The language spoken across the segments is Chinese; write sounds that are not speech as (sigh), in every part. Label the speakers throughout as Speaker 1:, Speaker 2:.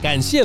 Speaker 1: 感谢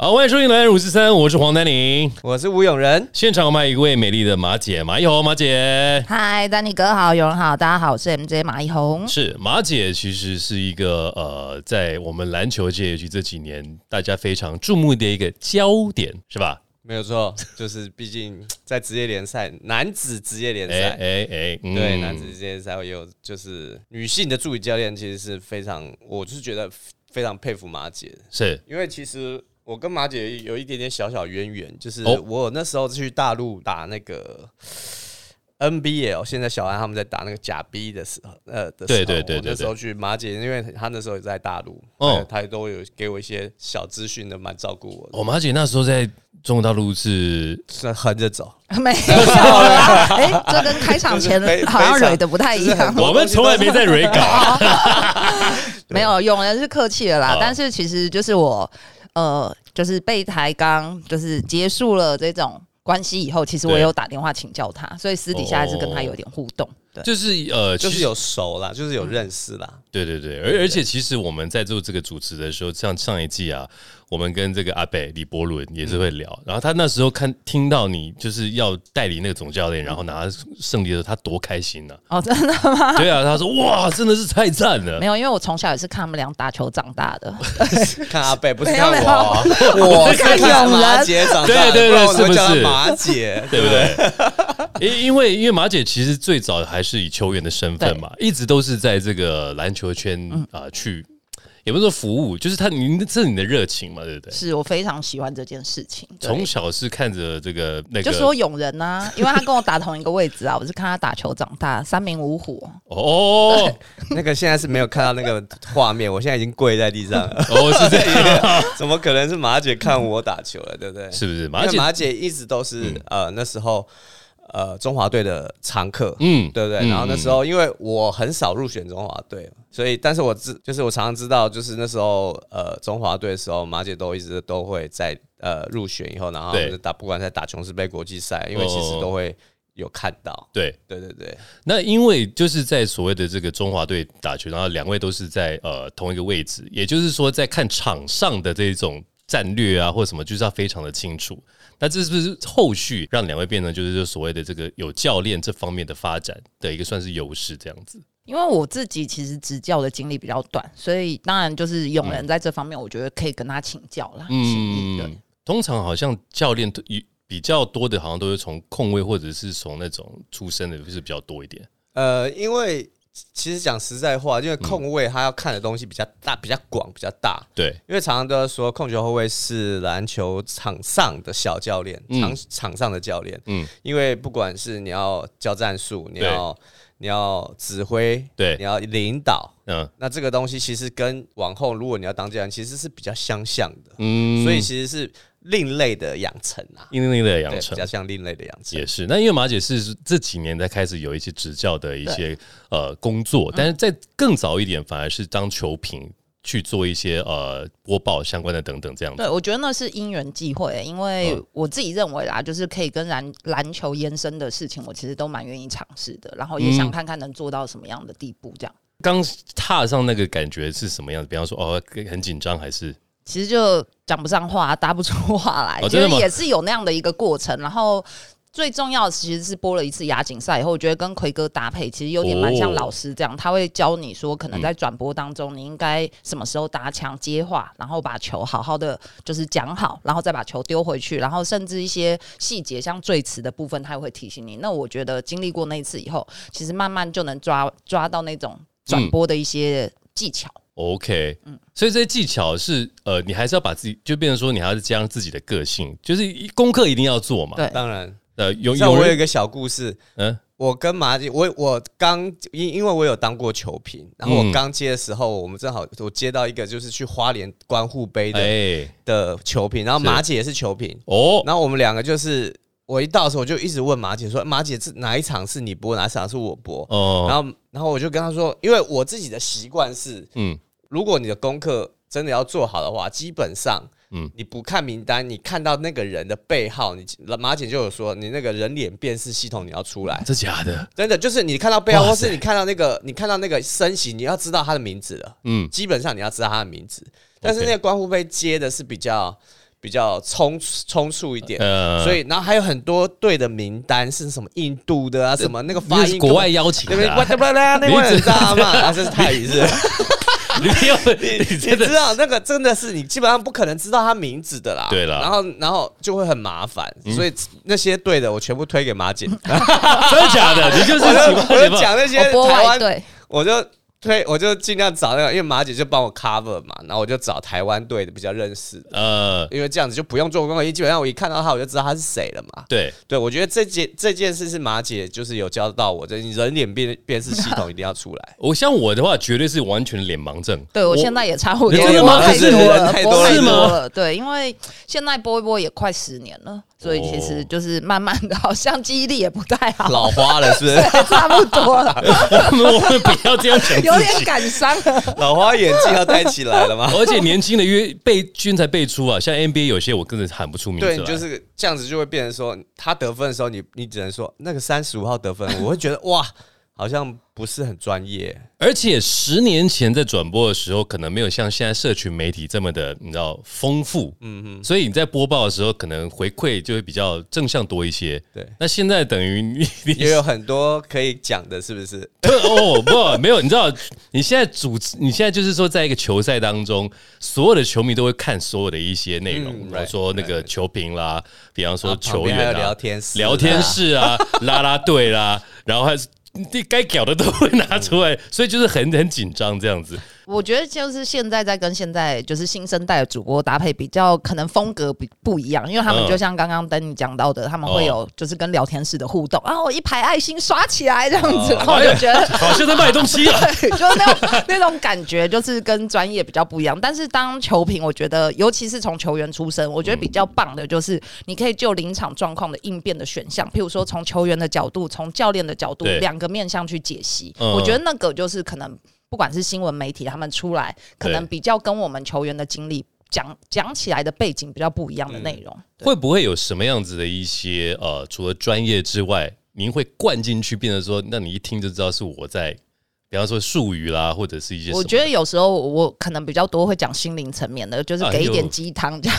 Speaker 1: 好，欢迎收听《男人五四三》，我是黄丹宁。
Speaker 2: 我是吴永仁，
Speaker 1: 现场我们还有一位美丽的马姐，马一红，马姐。
Speaker 3: 嗨，丹尼哥好，有人好，大家好，我是 MJ 马一红。
Speaker 1: 是马姐，其实是一个呃，在我们篮球界，尤其这几年大家非常注目的一个焦点，是吧？
Speaker 2: 没有错，就是
Speaker 1: (laughs)
Speaker 2: 毕竟在职业联赛，男子职业联
Speaker 1: 哎
Speaker 2: 赛，
Speaker 1: 哎哎，嗯
Speaker 2: 对男子职业联赛也有，就是女性的助理教练其实是非常，我就是觉得非常佩服马姐的，
Speaker 1: 是
Speaker 2: 因为其实我跟马姐有一点点小小渊源，就是
Speaker 1: 哦
Speaker 2: 我那时候去大陆打那个。NBL 现在小安他们在打那个假 B 的时候，呃，的时
Speaker 1: 对
Speaker 2: 候
Speaker 1: 对对
Speaker 2: 我
Speaker 1: 对
Speaker 2: 那时
Speaker 1: 对
Speaker 2: 候去马姐，因为她那时候也在大陆，
Speaker 1: 哦
Speaker 2: 哦，她都有给我一些小资讯的，蛮照顾我的，
Speaker 1: 哦，马姐那时候在中国大陆
Speaker 2: (laughs)
Speaker 1: 是
Speaker 2: 是横着走，
Speaker 3: 没有啦，哎、这跟开场前
Speaker 2: 就是非
Speaker 3: 好像
Speaker 2: 非常
Speaker 3: 蕊的不太一
Speaker 2: 就是
Speaker 3: 样
Speaker 2: 很。
Speaker 1: 我们从来没在 re
Speaker 2: (laughs)
Speaker 1: 搞，
Speaker 3: 没有，永人是客气了啦
Speaker 1: 哦，
Speaker 3: 但是其实就是我，呃，就是被抬杠，就是结束了这种关系以后，其实我
Speaker 1: 对
Speaker 3: 有打电话请教他，所以私底下还是跟他有点互动。对，
Speaker 1: 就是呃，
Speaker 2: 就
Speaker 1: 其
Speaker 2: 是
Speaker 1: 实
Speaker 2: 有熟啦，就是有认识 (laughs) 啦。
Speaker 1: 对对对，而而且其实我们在做这个主持的时候，像上一季啊，我们跟这个阿北李伯伦也是
Speaker 2: 嗯
Speaker 1: 会聊，然后他那时候看听到你就是要代理那个总教练，然后拿胜利的时候，他多开心呢、
Speaker 3: 哦，真的
Speaker 1: 啊！ (laughs) 对啊，他说哇，真的是太赞了
Speaker 3: 没。有，因为我从小也是看他们俩打球长大的。
Speaker 2: 看阿贝不是
Speaker 3: 没
Speaker 2: 看
Speaker 3: 有
Speaker 2: 我啊，我是
Speaker 3: 看
Speaker 2: 看
Speaker 3: 永
Speaker 2: 马
Speaker 3: 仁
Speaker 2: 姐长大，
Speaker 1: 对对对
Speaker 2: 不然我怎么
Speaker 1: 是不
Speaker 2: 叫她
Speaker 1: 是
Speaker 2: 马姐？
Speaker 1: 对不对？因因为因为马姐其实最早还是以球员的身份嘛，一直都是在这个篮球圈
Speaker 2: 嗯
Speaker 1: 啊、去，也不是说服务，就是他您这是你的热情嘛，对不对？
Speaker 3: 是我非常喜欢这件事情。对
Speaker 1: 从小是看着这个那个
Speaker 3: 就说永仁啊，因为他跟我打同一个位置啊，我是看他打球长大，三名五虎。
Speaker 1: 哦
Speaker 2: (laughs) 那个现在是没有看到那个画面，我现在已经跪在地上
Speaker 1: (laughs)
Speaker 2: 了。
Speaker 1: 哦是这样，
Speaker 2: (laughs) 怎么可能是马姐看我打球了，对不对？
Speaker 1: 是不是？马
Speaker 2: 而且
Speaker 1: 姐嗯
Speaker 2: 马姐一直都是呃那时候呃中华队的常客，
Speaker 1: 嗯
Speaker 2: 对不对？
Speaker 1: 嗯
Speaker 2: 然后那时候因为我很少入选中华队，所以但是我知就是我常常知道，就是那时候呃中华队的时候，马姐都一直都会在呃入选以后，然后
Speaker 1: 对
Speaker 2: 就打不管在打琼斯杯国际赛，因为其实都会有看到。
Speaker 1: 对。
Speaker 2: 对对对，
Speaker 1: 那因为就是在所谓的这个中华队打球，然后啊两位都是在呃同一个位置，也就是说在看场上的这种战略啊或什么，就是要非常的清楚。那这是不是后续让两位变成就是所谓的这个有教练这方面的发展的一个算是优势这样子？
Speaker 3: 因为我自己其实执教的经历比较短，所以当然就是永仁在这方面，我觉得可以跟他请教啦。嗯，对，
Speaker 1: 通常好像教练都一比较多的，好像都是从控卫或者是从那种出身的，就是比较多一点。
Speaker 2: 呃，因为其实讲实在话，因为
Speaker 1: 嗯
Speaker 2: 控卫他要看的东西比较大、比较广、比较大，
Speaker 1: 对，
Speaker 2: 因为常常都说控球后卫是篮球场上的小教练，
Speaker 1: 嗯
Speaker 2: 场场上的教练。
Speaker 1: 嗯
Speaker 2: 嗯，因为不管是你要教战术，你
Speaker 1: 对
Speaker 2: 要你要指挥，
Speaker 1: 对
Speaker 2: 你要领导，
Speaker 1: 嗯
Speaker 2: 那这个东西其实跟往后如果你要当教练，其实是比较相像的，
Speaker 1: 嗯，
Speaker 2: 所以其实是另类的养成啊，
Speaker 1: 因为那个养
Speaker 2: 对，
Speaker 1: 成
Speaker 2: 比较像另类的养成
Speaker 1: 也。是，那因为马姐是这几年才开始有一些执教的一些呃工作，但是在更早一点反而是当球评去做一些呃播报相关的等等这样子。
Speaker 3: 对，我觉得那是因缘际会、因为
Speaker 1: 嗯
Speaker 3: 我自己认为啦，就是可以跟篮篮球延伸的事情，我其实都蛮愿意尝试的，然后也想看看能做到什么样的地步。这样，
Speaker 1: 刚踏上那个感觉是什么样子？比方说哦很紧张还是
Speaker 3: 其实就讲不上话，搭不出话来，
Speaker 1: 哦
Speaker 3: 就
Speaker 1: 真的
Speaker 3: 是
Speaker 1: 吗
Speaker 3: 也是有那样的一个过程。然后最重要的其实是播了一次亚锦赛以后，我觉得跟奎哥搭配其实有点蛮像老师这样，他会教你说，可能在
Speaker 1: 嗯
Speaker 3: 转播当中你应该什么时候搭墙接话，然后把球好好的就是讲好，然后再把球丢回去，然后甚至一些细节像最词的部分，他也会提醒你。那我觉得经历过那一次以后，其实慢慢就能抓抓到那种
Speaker 1: 嗯
Speaker 3: 转播的一些技巧。
Speaker 1: OK？所以这些技巧是呃你还是要把自己就变成说你还要加上自己的个性，就是一功课一定要做嘛。
Speaker 3: 对
Speaker 2: 当然，
Speaker 1: 呃有
Speaker 2: 像
Speaker 1: 有
Speaker 2: 我有一
Speaker 1: 人
Speaker 2: 个小故事，
Speaker 1: 嗯
Speaker 2: 我跟马姐，我我刚因因为我有当过球评，然后
Speaker 1: 嗯
Speaker 2: 我刚接的时候，我们正好我接到一个就是去花莲观护杯的、
Speaker 1: 哎
Speaker 2: 的球评，然后
Speaker 1: 是
Speaker 2: 马姐也是球评，
Speaker 1: 哦
Speaker 2: 然后我们两个就是我一到的时候，我就一直问马姐说：“马姐，这哪一场是你播，哪一场是我播？”
Speaker 1: 哦，
Speaker 2: 然后，然后我就跟她说，因为我自己的习惯是，
Speaker 1: 嗯
Speaker 2: 如果你的功课真的要做好的话，基本上，
Speaker 1: 嗯
Speaker 2: 嗯，你不看名单，你看到那个人的背号，你马姐就有说，你那个人脸辨识系统你要出来，
Speaker 1: 这假的，
Speaker 2: 真的就是你看到背号，
Speaker 1: 哇
Speaker 2: 或
Speaker 1: 塞
Speaker 2: 是你看到那个你看到那个身形，你要知道他的名字了，
Speaker 1: 嗯，
Speaker 2: 基本上你要知道他的名字，但是那个关乎杯接的是比较比较冲冲促一点。
Speaker 1: 呃
Speaker 2: 所以，然后还有很多队的名单是什么印度的啊，什么那个发
Speaker 1: 那呃
Speaker 2: 音
Speaker 1: 是国外邀请
Speaker 2: 根本，对
Speaker 1: 的啊
Speaker 2: 不对？我，不啦，那
Speaker 1: 你
Speaker 2: 我
Speaker 1: 只
Speaker 2: 知道嘛，啊， (laughs) 这是泰语是不是。
Speaker 1: (laughs) 你没有，你
Speaker 2: 你
Speaker 1: 真
Speaker 2: 知
Speaker 1: 的
Speaker 2: 道那个真的是你基本上不可能知道他名字的啦。嗯
Speaker 1: 对啦
Speaker 2: 然后然后就会很麻烦，所以那些对的我全部推给 (laughs) 马
Speaker 1: (laughs)
Speaker 2: 姐，
Speaker 1: 真的假
Speaker 2: (laughs)
Speaker 1: 的？你就是
Speaker 2: 我
Speaker 1: 喜
Speaker 2: 就
Speaker 1: 欢
Speaker 2: 我
Speaker 1: 什
Speaker 2: 就
Speaker 1: 么？
Speaker 2: 讲那些
Speaker 3: 哦我播
Speaker 2: 台
Speaker 3: 外
Speaker 2: 湾，
Speaker 3: 对，
Speaker 2: 我就推我就尽量找那个，因为马姐就帮我 cover 嘛，然后我就找台湾队的比较认识的，
Speaker 1: 呃，
Speaker 2: 因为这样子就不用做功课，因为基本上我一看到他我就知道他是谁了嘛。
Speaker 1: 对，。
Speaker 2: 对，我觉得这件这件事是马姐就是有教到我，这人脸辨辨识系 (laughs) 统一定要出来
Speaker 1: 我像我的话，绝对是完全的脸盲症。
Speaker 3: 对我现在也差不
Speaker 1: 你
Speaker 3: 多，
Speaker 1: 真的
Speaker 3: 播
Speaker 1: 吗
Speaker 3: 太多
Speaker 2: 人
Speaker 3: 了，
Speaker 2: 太
Speaker 3: 播
Speaker 2: 多
Speaker 1: 了
Speaker 3: 太
Speaker 1: 是吗
Speaker 3: 多了。对，因为现在播一播也快十年了，所以其
Speaker 1: 哦
Speaker 3: 实就是慢慢的，好像记忆力也不太好，
Speaker 2: 老花了是不是？
Speaker 3: 差不多了，
Speaker 1: 我们 (laughs) 我们不要这样
Speaker 2: (laughs)
Speaker 1: 讲
Speaker 3: 有
Speaker 1: 自
Speaker 3: 点
Speaker 1: 己。
Speaker 3: 感伤了。
Speaker 2: 老花眼镜要戴起来了吗？
Speaker 1: 而且年轻的约被军才辈出啊，像 NBA 有些我根本喊不出名字来。
Speaker 2: (laughs)
Speaker 1: 啊
Speaker 2: 对，你就是这样子，就会变成说，他得分的时候你，你只能说那个三十五号得分， (laughs) 我会觉得哇，好像不是很专 (laughs) 业。
Speaker 1: 而且十年前在转播的时候，可能没有像现在社群媒体这么的，你知道丰富，嗯嗯，所以你在播报的时候，可能回馈就会比较正向多一些。
Speaker 2: 对
Speaker 1: 那现在等于你你
Speaker 2: 也有很多可以讲的，是不是？
Speaker 1: (laughs) 哦不没有，你知道你现在主持，你现在就是说在一个球赛当中，所有的球迷都会看所有的一些内容，
Speaker 2: 嗯
Speaker 1: 比方说那个球评啦，比方说
Speaker 2: 啊旁
Speaker 1: 球
Speaker 2: 边还有
Speaker 1: 员啊，
Speaker 2: 聊天室啊
Speaker 1: 聊天室啊，
Speaker 2: (laughs)
Speaker 1: 啦啦队啦，然后还是你该搞的都会拿出
Speaker 2: 嗯
Speaker 1: 来，所以就是很很紧张这样子。
Speaker 3: 我觉得就是现在在跟现在就是新生代的主播搭配比较可能风格比不一样，因为他们
Speaker 1: 嗯哦
Speaker 3: 就像刚刚丹尼讲到的，他们会有就是跟聊天室的互动，啊，我一排爱心刷起来这样
Speaker 1: 哦
Speaker 3: 子，然后我就觉得
Speaker 1: 好像在卖东西
Speaker 2: (laughs)
Speaker 1: 啊。
Speaker 3: 对，就是那种那种感觉， (laughs) 就是跟专业比较不一样。但是当球评，我觉得尤其是从球员出身，我觉得比较棒的就是你可以就临场状况的应变的选项，譬如说从球员的角度、从教练的角度
Speaker 1: 对
Speaker 3: 两个面向去解析。
Speaker 1: 嗯
Speaker 3: 我觉得那个就是可能不管是新闻媒体他们出来，可能
Speaker 1: 对
Speaker 3: 比较跟我们球员的经历讲讲起来的背景比较不一样
Speaker 1: 嗯
Speaker 3: 的内容。
Speaker 1: 会不会有什么样子的一些呃，除了专业之外，您会灌进去，变成说，那你一听就知道是我在，比方说术语啦，或者是一些什么
Speaker 3: 我觉得有时候我可能比较多会讲心灵层面的，就是给一点鸡汤这样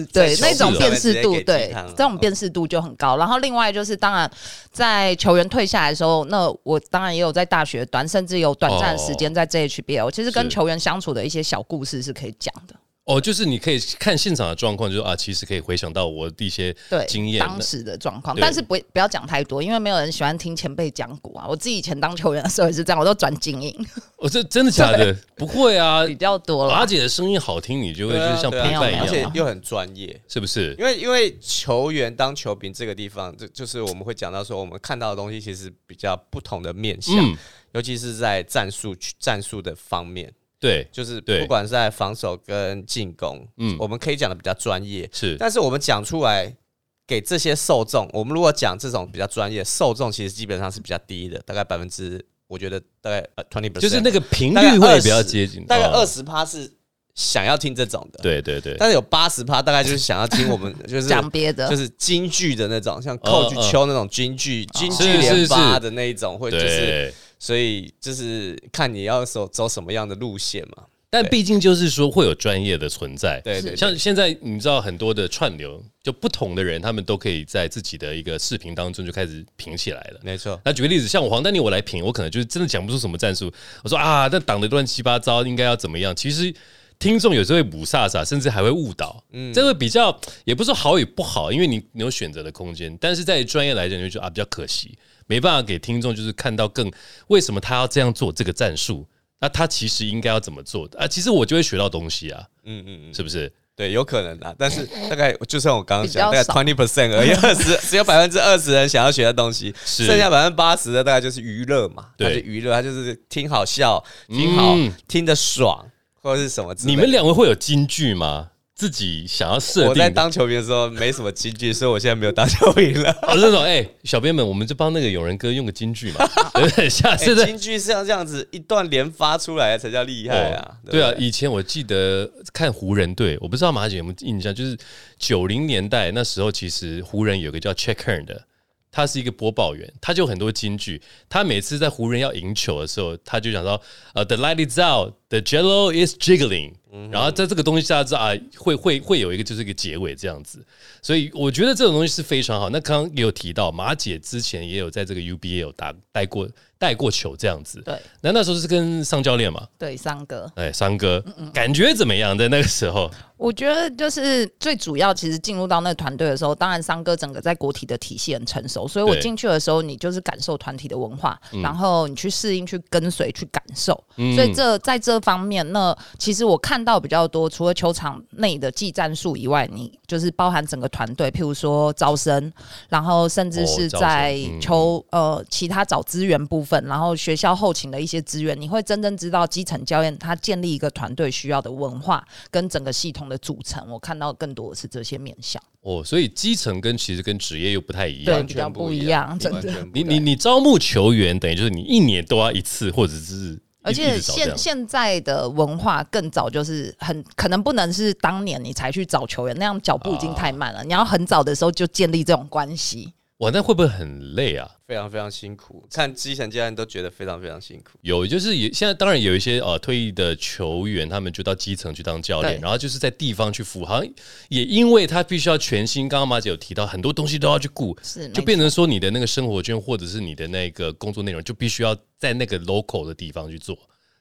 Speaker 2: 哎呦
Speaker 3: 对
Speaker 2: 哦
Speaker 3: 那种
Speaker 2: 在手指，
Speaker 3: 辨识度
Speaker 2: 上面直接给
Speaker 3: 对
Speaker 2: 鸡汤了
Speaker 3: 这种辨识度就很高。然后另外就是，当然在球员退下来的时候，那我当然也有在大学短，甚至有短暂的时间在 JHBL，其实跟
Speaker 1: 是
Speaker 3: 球员相处的一些小故事是可以讲的。
Speaker 1: 哦，就是你可以看现场的状况，就是啊，其实可以回想到我的一些
Speaker 3: 对，
Speaker 1: 经验。
Speaker 3: 当时的状况，
Speaker 1: 对
Speaker 3: 但是不不要讲太多，因为没有人喜欢听前辈讲股啊。我自己以前当球员的时候也是这样，我都转精英
Speaker 1: 我、哦、这真的假的？ (laughs) 不会
Speaker 3: (laughs)
Speaker 1: 啊，
Speaker 3: 比较多了
Speaker 1: 阿。姐的声音好听，你就会
Speaker 2: 对
Speaker 1: 就
Speaker 2: 啊
Speaker 1: 是像陪
Speaker 2: 对啊
Speaker 1: 伴
Speaker 3: 没有
Speaker 2: 而
Speaker 1: 一
Speaker 2: 且
Speaker 1: 样嘛，
Speaker 2: 又很专业。
Speaker 1: 是不是？
Speaker 2: 因为因为球员当球评这个地方，就就是我们会讲到说，我们看到的东西其实比较不同的面向，
Speaker 1: 嗯，
Speaker 2: 尤其是在战术战术的方面，
Speaker 1: 对，
Speaker 2: 就是
Speaker 1: 对
Speaker 2: 不管是在防守跟进攻，
Speaker 1: 嗯
Speaker 2: 嗯，我们可以讲的比较专业，
Speaker 1: 是
Speaker 2: 但是我们讲出来给这些受众，我们如果讲这种比较专业，受众其实基本上是比较低的，大概百分之，我觉得大概呃 twenty
Speaker 1: 就是那个
Speaker 2: 个
Speaker 1: 频率会比较接近，
Speaker 2: 大概二
Speaker 1: 十、
Speaker 2: 十趴是想要听这种的，，
Speaker 1: 对对对，
Speaker 2: 但是有八十趴大概就是想要听我
Speaker 1: (laughs)
Speaker 2: 们就是
Speaker 3: 讲别的，
Speaker 2: 就是京剧的那种，像
Speaker 1: 哦
Speaker 2: 寇菊秋那种京剧、京剧
Speaker 1: 是是
Speaker 2: 连发
Speaker 1: 是
Speaker 2: 的那一种，会就是
Speaker 1: 对。
Speaker 2: 所以就是看你要走走什么样的路线嘛，
Speaker 1: 但毕竟就是说会有专业的存在，
Speaker 2: 对对，
Speaker 1: 像现在你知道很多的串流，就不同的人，他们都可以在自己的一个视频当中就开始评起来了。
Speaker 2: 没错，
Speaker 1: 那举个例子，像我黄丹妮，我来评，我可能就是真的讲不出什么战术。我说啊，那挡的乱七八糟，应该要怎么样？其实听众有时候会补飒飒，甚至还会误导。嗯，这个比较也不是说好与不好，因为你你有选择的空间，但是在专业来讲，你就觉得啊比较可惜，没办法给听众就是看到更为什么他要这样做这个战术，那他其实应该要怎么做啊？其实我就会学到东西啊，
Speaker 2: 嗯嗯嗯。
Speaker 1: 是不是？
Speaker 2: 对，有可能啦，但
Speaker 3: (laughs)
Speaker 2: 是大概就像我刚刚讲，
Speaker 3: 比
Speaker 2: 大概
Speaker 3: 较少
Speaker 2: twenty percent 而已，二
Speaker 3: (laughs)
Speaker 2: 十只有百分之二十人想要学的东西，
Speaker 1: 是
Speaker 2: 剩下百分之八十的大概就是娱乐嘛，
Speaker 1: 对
Speaker 2: 它是娱乐，它就是听好笑，听好、
Speaker 1: 嗯
Speaker 2: 听得爽，或者是什么之类
Speaker 1: 你
Speaker 2: 的。
Speaker 1: 们两位会有金句吗？自己想要设
Speaker 2: 我
Speaker 1: 定
Speaker 2: 在
Speaker 1: 的。
Speaker 2: 当球评的时候没什么金句，所以我现在没有当球评
Speaker 1: (laughs)
Speaker 2: 了。
Speaker 1: 哦，这种哎，小编们，我们就帮那个有人哥用个金句嘛，对不对？下
Speaker 2: 哎
Speaker 1: 次再
Speaker 2: 金句是要这样子一段连发出来才叫厉害啊！
Speaker 1: 哦对啊，
Speaker 2: 不
Speaker 1: 以前我记得看湖人队，我不知道马姐有没有印象，就是九零年代那时候，其实湖人有个叫 Check Kern 的，他是一个播报员，他就有很多金句。他每次在湖人要赢球的时候，他就讲到呃、t h e light is out，the jello is jiggling、然
Speaker 2: 嗯
Speaker 1: 后在这个东西大家知道啊，会会会有一个就是一个结尾这样子。所以我觉得这种东西是非常好。那刚刚也有提到，马姐之前也有在这个 UBA 有打带过带过球这样子。
Speaker 3: 对
Speaker 1: 那那时候是跟上教练嘛？
Speaker 3: 对，三哥，
Speaker 1: 哎，三哥，
Speaker 3: 嗯
Speaker 1: 感觉怎么样？在那个时候， (laughs)
Speaker 3: 我觉得就是最主要，其实进入到那个团队的时候，当然三哥整个在国体的体系很成熟，所以我
Speaker 1: 对
Speaker 3: 进去的时候，你就是感受团体的文化，嗯然后你去适应、去跟随、去感受。所以这在这方面，那其实我看到比较多，除了球场内的技战术以外，你就是包含整个团队，譬如说招生，然后甚至
Speaker 1: 哦
Speaker 3: 是
Speaker 1: 招生
Speaker 3: 在
Speaker 1: 嗯
Speaker 3: 求、呃其他找资源部分，然后学校后勤的一些资源，你会真正知道基层教练他建立一个团队需要的文化跟整个系统的组成。我看到更多的是这些面向，
Speaker 1: 哦，所以基层跟其实跟职业又不太一
Speaker 3: 对
Speaker 1: 样。
Speaker 2: 完
Speaker 3: 比
Speaker 2: 全
Speaker 3: 较
Speaker 2: 不
Speaker 3: 不一样真
Speaker 2: 完
Speaker 3: 的
Speaker 2: 全不
Speaker 1: 你
Speaker 2: 一样
Speaker 1: 你你招募球员，等于就是你一年都要一次，或者是一
Speaker 3: 而
Speaker 1: 一
Speaker 3: 且
Speaker 1: 直找这
Speaker 3: 现
Speaker 1: 样
Speaker 3: 现在的文化更早，就是很可能不能是当年你才去找球员，那样脚步已
Speaker 1: 啊
Speaker 3: 经太慢了。你要很早的时候就建立这种关系。
Speaker 1: 哇，那会不会很累啊？
Speaker 2: 非常非常辛苦，看基层教练都觉得非常非常辛苦。
Speaker 1: 有，就是也现在当然有一些呃退役的球员，他们就到基层去当教练，
Speaker 3: 对
Speaker 1: 然后就是在地方去服务，好像也因为他必须要全心。刚刚马姐有提到，很多东西都要去顾，
Speaker 3: 是
Speaker 1: 就
Speaker 3: 没
Speaker 1: 变成说你的那个生活圈或者是你的那个工作内容，就必须要在那个 local 的地方去做，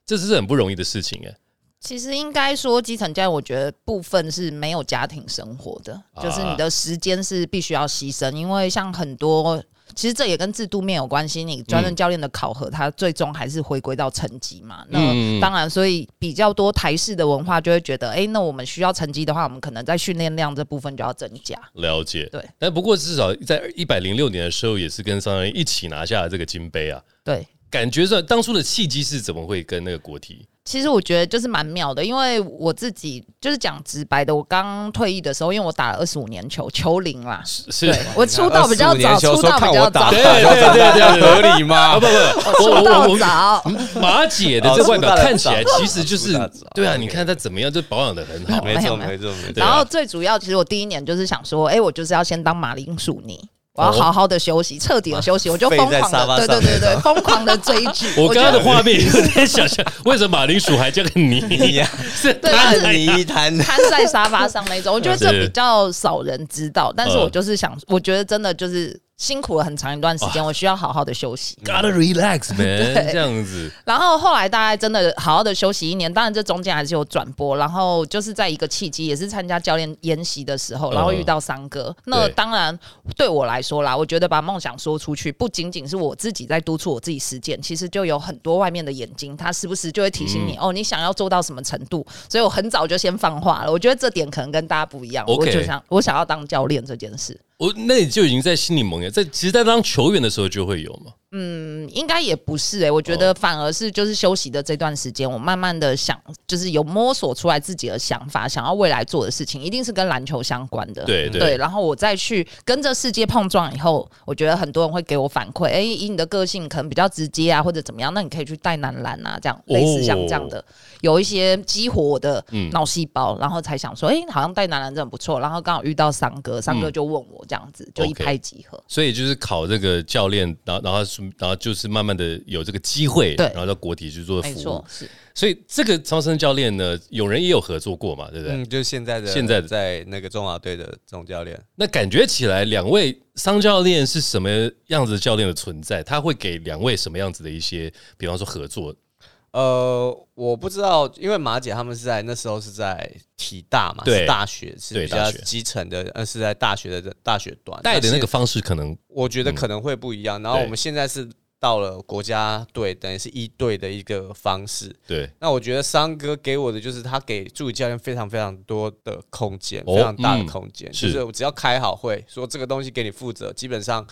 Speaker 1: 这是很不容易的事情哎、
Speaker 3: 其实应该说，基层教练我觉得部分是没有家庭生活的，
Speaker 1: 啊
Speaker 3: 就是你的时间是必须要牺牲，因为像很多。其实这也跟制度面有关系，你
Speaker 1: 嗯
Speaker 3: 专任教练的考核，它最终还是回归到成绩嘛。
Speaker 1: 嗯
Speaker 3: 那当然，所以比较多台式的文化就会觉得，哎，那我们需要成绩的话，我们可能在训练量这部分就要增加。
Speaker 1: 了解，
Speaker 3: 对。
Speaker 1: 但不过至少在一百零六年的时候，也是跟商人一起拿下了这个金杯啊。
Speaker 3: 对，
Speaker 1: 感觉上当初的契机是怎么会跟那个国体？
Speaker 3: 其实我觉得就是蛮妙的，因为我自己就是讲直白的，我刚退役的时候，因为我打了二十五年球，球龄啦，
Speaker 1: 是
Speaker 3: 对我出道比较
Speaker 2: 25年
Speaker 3: 早，
Speaker 2: 球
Speaker 3: 出道
Speaker 2: 说看
Speaker 3: 比
Speaker 2: 我
Speaker 3: 较
Speaker 2: 打
Speaker 3: 早，
Speaker 1: 对对对
Speaker 2: (laughs)
Speaker 1: 对对，
Speaker 2: 合理吗？不
Speaker 3: 我出道早。哦
Speaker 1: 马姐的这外表看起来其实就是对啊，你看她怎么样，就保养的很好。
Speaker 2: 没
Speaker 3: 没
Speaker 2: 错
Speaker 3: (laughs) 有没有
Speaker 2: 没错没
Speaker 1: 对
Speaker 2: 错。
Speaker 1: 啊
Speaker 3: 然后最主要，其实我第一年就是想说，哎、我就是要先当马铃薯泥。我要好好的休息，彻底的休
Speaker 1: 啊
Speaker 3: 息，我就疯
Speaker 2: 废在
Speaker 3: 狂
Speaker 2: 沙发
Speaker 3: 的，对
Speaker 2: 上
Speaker 3: 对对
Speaker 2: 那
Speaker 3: 对，疯狂的追剧。
Speaker 1: (laughs) 我刚刚
Speaker 3: 觉
Speaker 1: 的
Speaker 3: 得
Speaker 1: 画
Speaker 3: (laughs)
Speaker 1: 面有点想象，为什么马铃薯还叫个
Speaker 2: (laughs) 你
Speaker 1: 泥？
Speaker 2: 呀，
Speaker 1: 啊是 (laughs)
Speaker 3: 对
Speaker 1: 她
Speaker 3: 就是
Speaker 1: 很
Speaker 2: 你一谈
Speaker 3: 瘫在沙发上那种，我觉得这
Speaker 1: 是
Speaker 3: 比较少人知道。但是我
Speaker 1: 嗯
Speaker 3: 就是想，我觉得真的就是辛苦了很长一段时间，我需要好好的休息。
Speaker 1: gotta relax man
Speaker 3: 对
Speaker 1: 这样子。
Speaker 3: 然后后来大概真的好好的休息一年，当然这中间还是有转播，然后就是在一个契机，也是参加教练研习的时候，然后遇到三哥。那
Speaker 1: 嗯对
Speaker 3: 当然对我来说啦，我觉得把梦想说出去，不仅仅是我自己在督促我自己实践，其实就有很多外面的眼睛，他时不时就会提醒
Speaker 1: 嗯
Speaker 3: 你、哦，你想要做到什么程度。所以我很早就先放话了，我觉得这点可能跟大家不一样
Speaker 1: OK
Speaker 3: 我就想我想要当教练这件事。
Speaker 1: 我那你就已经在心里萌芽，在其实，在当球员的时候就会有嘛。
Speaker 3: 嗯应该也不是哎、我觉
Speaker 1: 哦
Speaker 3: 得反而是就是休息的这段时间，我慢慢的想，就是有摸索出来自己的想法，想要未来做的事情，一定是跟篮球相关的。
Speaker 1: 对对
Speaker 3: 对，然后我再去跟这世界碰撞以后，我觉得很多人会给我反馈，哎、以你的个性可能比较直接啊，或者怎么样，那你可以去带男篮啊，这样
Speaker 1: 哦
Speaker 3: 类似像这样的，有一些激活我的
Speaker 1: 嗯
Speaker 3: 脑细胞，然后才想说，哎、好像带男篮真的不错，然后刚好遇到三哥，三
Speaker 1: 嗯
Speaker 3: 哥就问我这样子，就一
Speaker 1: OK
Speaker 3: 拍即合。
Speaker 1: 所以就是考这个教练，然后然后是然后就是慢慢的有这个机会，
Speaker 3: 对
Speaker 1: 然后到国体去做
Speaker 3: 没
Speaker 1: 服务
Speaker 3: 错。，是。
Speaker 1: 所以这个超生教练呢，有人也有合作过嘛，对不对？
Speaker 2: (laughs) 嗯，就是现在的
Speaker 1: 现在的
Speaker 2: 在那个中华队的总教练，
Speaker 1: 那感觉起来，两位商教练是什么样子的教练的存在？他会给两位什么样子的一些，比方说合作？
Speaker 2: 呃，我不知道，因为马姐他们是在那时候是在体大嘛，
Speaker 1: 对
Speaker 2: 是大学是
Speaker 1: 对
Speaker 2: 比
Speaker 1: 大
Speaker 2: 较
Speaker 1: 学
Speaker 2: 基层的，呃，是在大学的大学端
Speaker 1: 带的那
Speaker 2: 现
Speaker 1: 个嗯方式可能
Speaker 2: 我觉得可能会不一样。然后我们现在是到了国家队，等于是一队的一个方式。
Speaker 1: 对
Speaker 2: 那我觉得桑哥给我的就是他给助理教练非常非常多的空间，
Speaker 1: 哦
Speaker 2: 非常大的空间，
Speaker 1: 嗯
Speaker 2: 就是是我只要开好会，说这个东西给你负责，基本上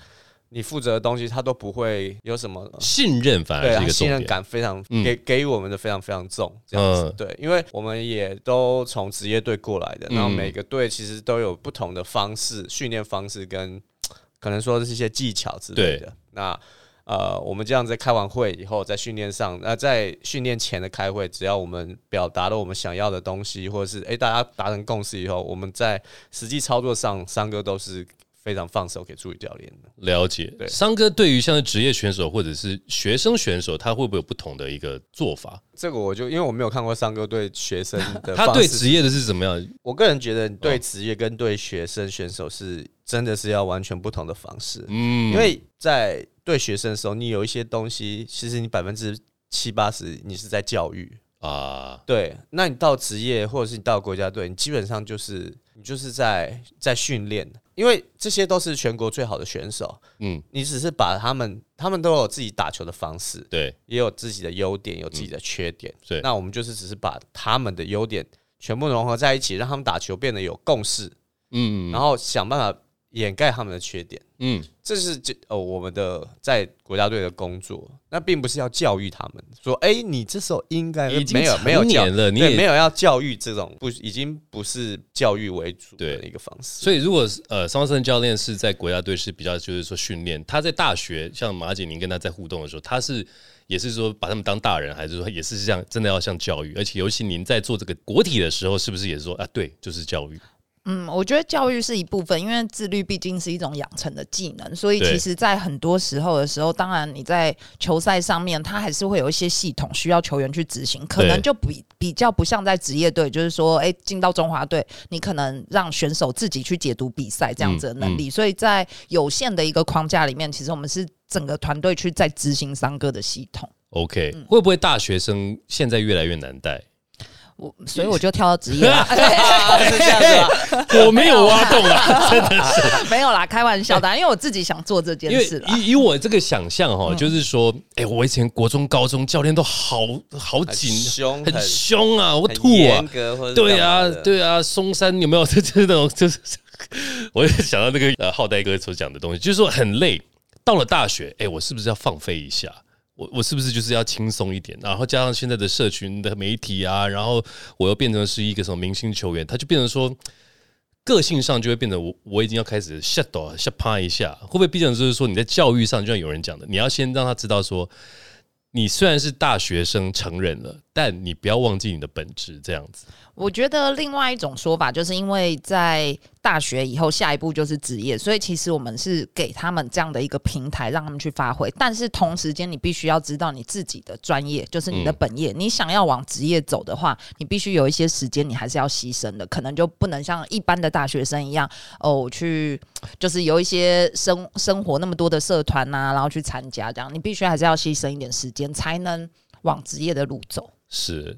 Speaker 2: 你负责的东西，他都不会有什么。
Speaker 1: 信任反
Speaker 2: 对
Speaker 1: 而是
Speaker 2: 啊
Speaker 1: 一，个重
Speaker 2: 信任
Speaker 1: 点。
Speaker 2: 感非常
Speaker 1: 嗯
Speaker 2: 给给予我们的非常非常重，这样子
Speaker 1: 嗯
Speaker 2: 对，因为我们也都从职业队过来的，然后
Speaker 1: 嗯
Speaker 2: 每个队其实都有不同的方式、训练方式跟可能说是一些技巧之类
Speaker 1: 对
Speaker 2: 的。那呃，我们这样在开完会以后，在训练上，那、在训练前的开会，只要我们表达了我们想要的东西，或者是诶大家达成共识以后，我们在实际操作上，三哥都是非常放手给助理教练的。
Speaker 1: 了解，
Speaker 2: 对
Speaker 1: 商哥对于像是职业选手或者是学生选手，他会不会有不同的一个做法？
Speaker 2: 这个我就因为我没有看过三哥对学生
Speaker 1: (laughs)
Speaker 2: 的，
Speaker 1: 他对职业的是怎么样？
Speaker 2: 我个人觉得，
Speaker 1: 嗯
Speaker 2: 对职业跟对学生选手是真的是要完全不同的方式，
Speaker 1: 嗯，
Speaker 2: 因为在对学生的时候，你有一些东西，其实你百分之七八十你是在教育，
Speaker 1: 啊，
Speaker 2: 对，那你到职业或者是你到国家队，你基本上就是你就是在在训练，因为这些都是全国最好的选手，
Speaker 1: 嗯，
Speaker 2: 你只是把他们，他们都有自己打球的方式，
Speaker 1: 对，
Speaker 2: 也有自己的优点，有自己的缺点。
Speaker 1: 对
Speaker 2: 那我们就是只是把他们的优点全部融合在一起，让他们打球变得有共识，
Speaker 1: 嗯，
Speaker 2: 然后想办法掩盖他们的缺点。
Speaker 1: 嗯，
Speaker 2: 这是这哦，我们的在国家队的工作，那并不是要教育他们说，哎、你这时候应该
Speaker 1: 已经
Speaker 2: 没有没有
Speaker 1: 成
Speaker 2: 教
Speaker 1: 年了你
Speaker 2: 对
Speaker 1: 也
Speaker 2: 没有要教育这种不已经不是教育为主的
Speaker 1: 对
Speaker 2: 一个方式。
Speaker 1: 所以如 (laughs) 果是呃，桑森教练是在国家队是比较就是说训练，他在大学像马景宁跟他在互动的时候，他是也是说把他们当大人，还是说也是像真的要像教育？而且尤其您在做这个国体的时候，是不是也是说啊，对，就是 (laughs) 教育？
Speaker 3: 嗯，我觉得教育是一部分，因为自律毕竟是一种养成的技能，所以
Speaker 1: 对
Speaker 3: 其实，在很多时候的时候，当然你在球赛上面，它还是会有一些系统需要球员去执行，可能
Speaker 1: 对
Speaker 3: 就比比较不像在职业队，就是说，哎，进到中华队，你可能让选手自己去解读比赛这样子的
Speaker 1: 嗯
Speaker 3: 能力，所以在有限的一个框架里面，其实我们是整个团队去在执行三哥的系统。
Speaker 1: OK，、会不会大学生现在越来越难带？
Speaker 3: 我所以我就跳到职业啦，
Speaker 2: 啊 (laughs) 是这样子吗？
Speaker 1: (laughs) 我没有挖洞啊，真的是。
Speaker 3: 没有啦，开玩笑的啊，因为我自己想做这件
Speaker 1: 因为
Speaker 3: 事啦。
Speaker 1: 以以我这个想象哈、就是说，哎、我以前国中、高中教练都好好紧，
Speaker 2: 很凶
Speaker 1: 很
Speaker 2: 很
Speaker 1: 凶啊，我
Speaker 2: 很
Speaker 1: 吐啊
Speaker 2: 严，格或者
Speaker 1: 对啊
Speaker 2: 干嘛，的
Speaker 1: 对啊，松山有没有？这这种就是， (laughs) 我也想到那个呃浩代哥所讲的东西，就是说很累。到了大学，哎、我是不是要放飞一下？我我是不是就是要轻松一点？然后加上现在的社群的媒体啊，然后我又变成是一个什么明星球员，他就变成说。个性上就会变得我我已经要开始下抖下趴一下，会不会变成就是说你在教育上，就像有人讲的，你要先让他知道说，你虽然是大学生成人了，但你不要忘记你的本质，这样子。
Speaker 3: 我觉得另外一种说法，就是因为在大学以后，下一步就是职业，所以其实我们是给他们这样的一个平台，让他们去发挥。但是同时间，你必须要知道你自己的专业，就是你的嗯本业。你想要往职业走的话，你必须有一些时间，你还是要牺牲的。可能就不能像一般的大学生一样，哦，我去就是有一些生生活那么多的社团呐、然后去参加这样，你必须还是要牺牲一点时间，才能往职业的路走。
Speaker 1: 是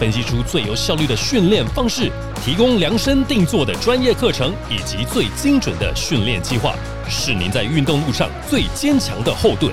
Speaker 4: 分析出最有效率的训练方式，提供量身定做的专业课程以及最精准的训练计划，是您在运动路上最坚强的后盾。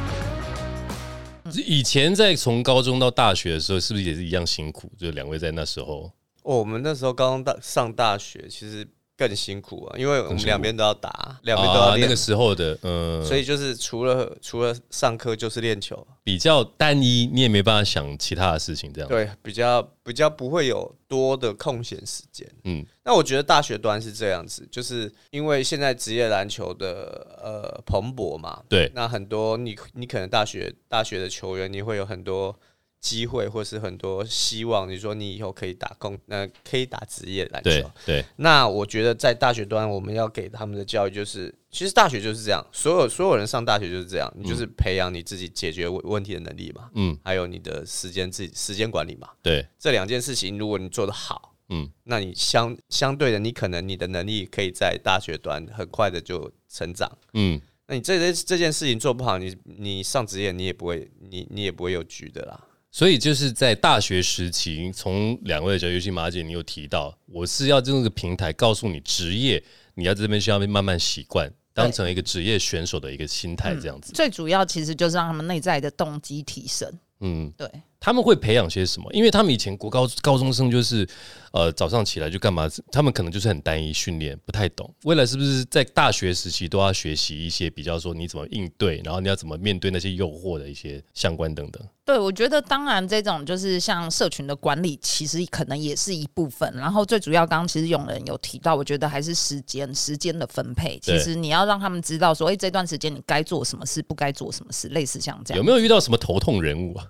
Speaker 1: 以前在从高中到大学的时候，是不是也是一样辛苦？就两位在那时候，
Speaker 2: 哦，我们那时候刚大上大学，其实更辛苦啊，因为我们两边都要打，两边都要
Speaker 1: 啊，那
Speaker 2: 练，
Speaker 1: 个时候哦的，呃，
Speaker 2: 所以就是除了除了上课就是练球，
Speaker 1: 比较单一，你也没办法想其他的事情，这样。，
Speaker 2: 对，比较比较不会有多的空闲时间。
Speaker 1: 嗯，
Speaker 2: 那我觉得大学端是这样子，就是因为现在职业篮球的呃蓬勃嘛，
Speaker 1: 对，
Speaker 2: 那很多你你可能大学大学的球员，你会有很多机会或是很多希望，你说你以后可以打工，呃，可以打职业篮
Speaker 1: 对
Speaker 2: 球。，
Speaker 1: 对，
Speaker 2: 那我觉得在大学端，我们要给他们的教育就是，其实大学就是这样，所有所有人上大学就是这样，你就是培养你自己解决问问题的能力嘛，
Speaker 1: 嗯，
Speaker 2: 还有你的时间自己时间管理嘛，
Speaker 1: 对，
Speaker 2: 这两件事情，如果你做得好，
Speaker 1: 嗯，
Speaker 2: 那你相相对的，你可能你的能力可以在大学端很快的就成长。
Speaker 1: 嗯，
Speaker 2: 那你这这这件事情做不好，你你上职业你也不会，你你也不会有局的啦。
Speaker 1: 所以就是在大学时期，从两位的角度，尤其马姐，你有提到，我是要用这个平台告诉你职业，你要在这边需要慢慢习惯，当成一个职业选手的一个心态这样子。
Speaker 3: 嗯最主要其实就是让他们内在的动机提升。
Speaker 1: 嗯，
Speaker 3: 对，
Speaker 1: 他们会培养些什么？因为他们以前国高高中生就是，呃，早上起来就干嘛？他们可能就是很单一训练，不太懂。未来是不是在大学时期都要学习一些比较说你怎么应对，然后你要怎么面对那些诱惑的一些相关等等？
Speaker 3: 对，我觉得当然这种就是像社群的管理，其实可能也是一部分。然后最主要，刚刚其实永仁有提到，我觉得还是时间，时间的分配。其
Speaker 1: 对
Speaker 3: 实你要让他们知道说，哎、这段时间你该做什么事，不该做什么事，类似像这
Speaker 1: 有 (laughs)
Speaker 3: 样。
Speaker 1: 没有遇到什么头痛人物啊？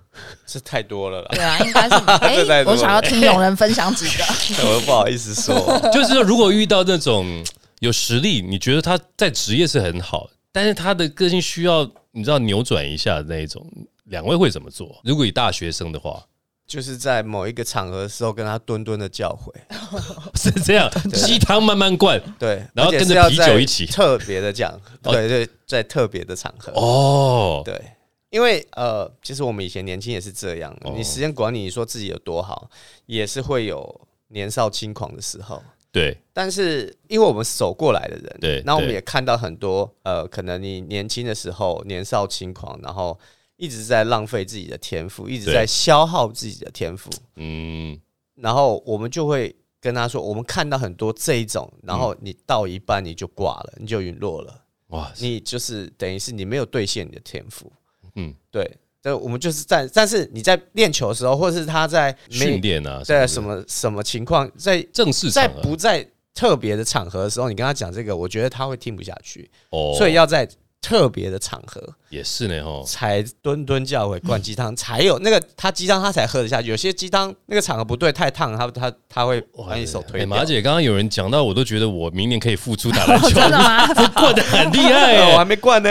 Speaker 2: 这太多了
Speaker 3: (laughs)
Speaker 2: 啦，
Speaker 3: 对啊，应该是
Speaker 2: 这
Speaker 3: 哎、
Speaker 2: 太多了
Speaker 3: 我想要听永仁分享几
Speaker 1: (laughs)
Speaker 3: 个。
Speaker 2: 我又不好意思说。
Speaker 1: 就是说，如果遇到那种有实力，你觉得他在职业是很好，但是他的个性需要你知道扭转一下的那一种，两位会怎么做？如果以大学生的 (laughs) 话，
Speaker 2: 就是在某一个场合的时候跟他敦敦的教诲，
Speaker 1: 是这样，鸡汤慢慢灌
Speaker 2: 对，
Speaker 1: 然后
Speaker 2: 而且
Speaker 1: 跟着
Speaker 2: 是要
Speaker 1: 啤酒
Speaker 2: 在
Speaker 1: 一起
Speaker 2: (laughs) 特别的讲，
Speaker 1: (laughs) 哦
Speaker 2: 对对，在特别的场合，
Speaker 1: 哦。
Speaker 2: 对，因为呃，其实我们以前年轻也是这样，
Speaker 1: 哦
Speaker 2: 你时间管理说自己有多好，也是会有年少轻狂的时候。
Speaker 1: 对，
Speaker 2: 但是，因为我们走过来的人，
Speaker 1: 对
Speaker 2: 那我们
Speaker 1: 对
Speaker 2: 也看到很多，呃，可能你年轻的时候年少轻狂，然后一直在浪费自己的天赋，一直
Speaker 1: 对
Speaker 2: 在消耗自己的天赋，
Speaker 1: 嗯，
Speaker 2: 然后我们就会跟他说，我们看到很多这一种，然后你到一半你就挂了，你就陨落了，
Speaker 1: 哇，
Speaker 2: 你就是等于是你没有兑现你的天赋，
Speaker 1: 嗯，
Speaker 2: 对，但我们就是在，但是你在练球的时候，或者是他在没
Speaker 1: 训练啊，
Speaker 2: 在
Speaker 1: 什
Speaker 2: 什
Speaker 1: 么
Speaker 2: 么什么情况，在
Speaker 1: 的正式
Speaker 2: 在
Speaker 1: 场啊合
Speaker 2: 不在特别的场合的时候，你跟他讲这个，我觉得他会听不下去，
Speaker 1: 哦，
Speaker 2: 所以要在特别的场合
Speaker 1: 也是呢哦，
Speaker 2: 才敦敦教诲灌鸡汤，才有那个他鸡汤他才喝得下去。有些鸡汤那个场合不对，太烫，他他他会把你手推
Speaker 1: 哎
Speaker 2: 掉。 (laughs)
Speaker 1: 马姐刚刚有人讲到，我都觉得我明年可以复出打篮 (laughs) 球，
Speaker 3: 真的吗？
Speaker 1: 过得很厉害
Speaker 2: 哎，我还
Speaker 1: 耶，
Speaker 2: 没灌呢，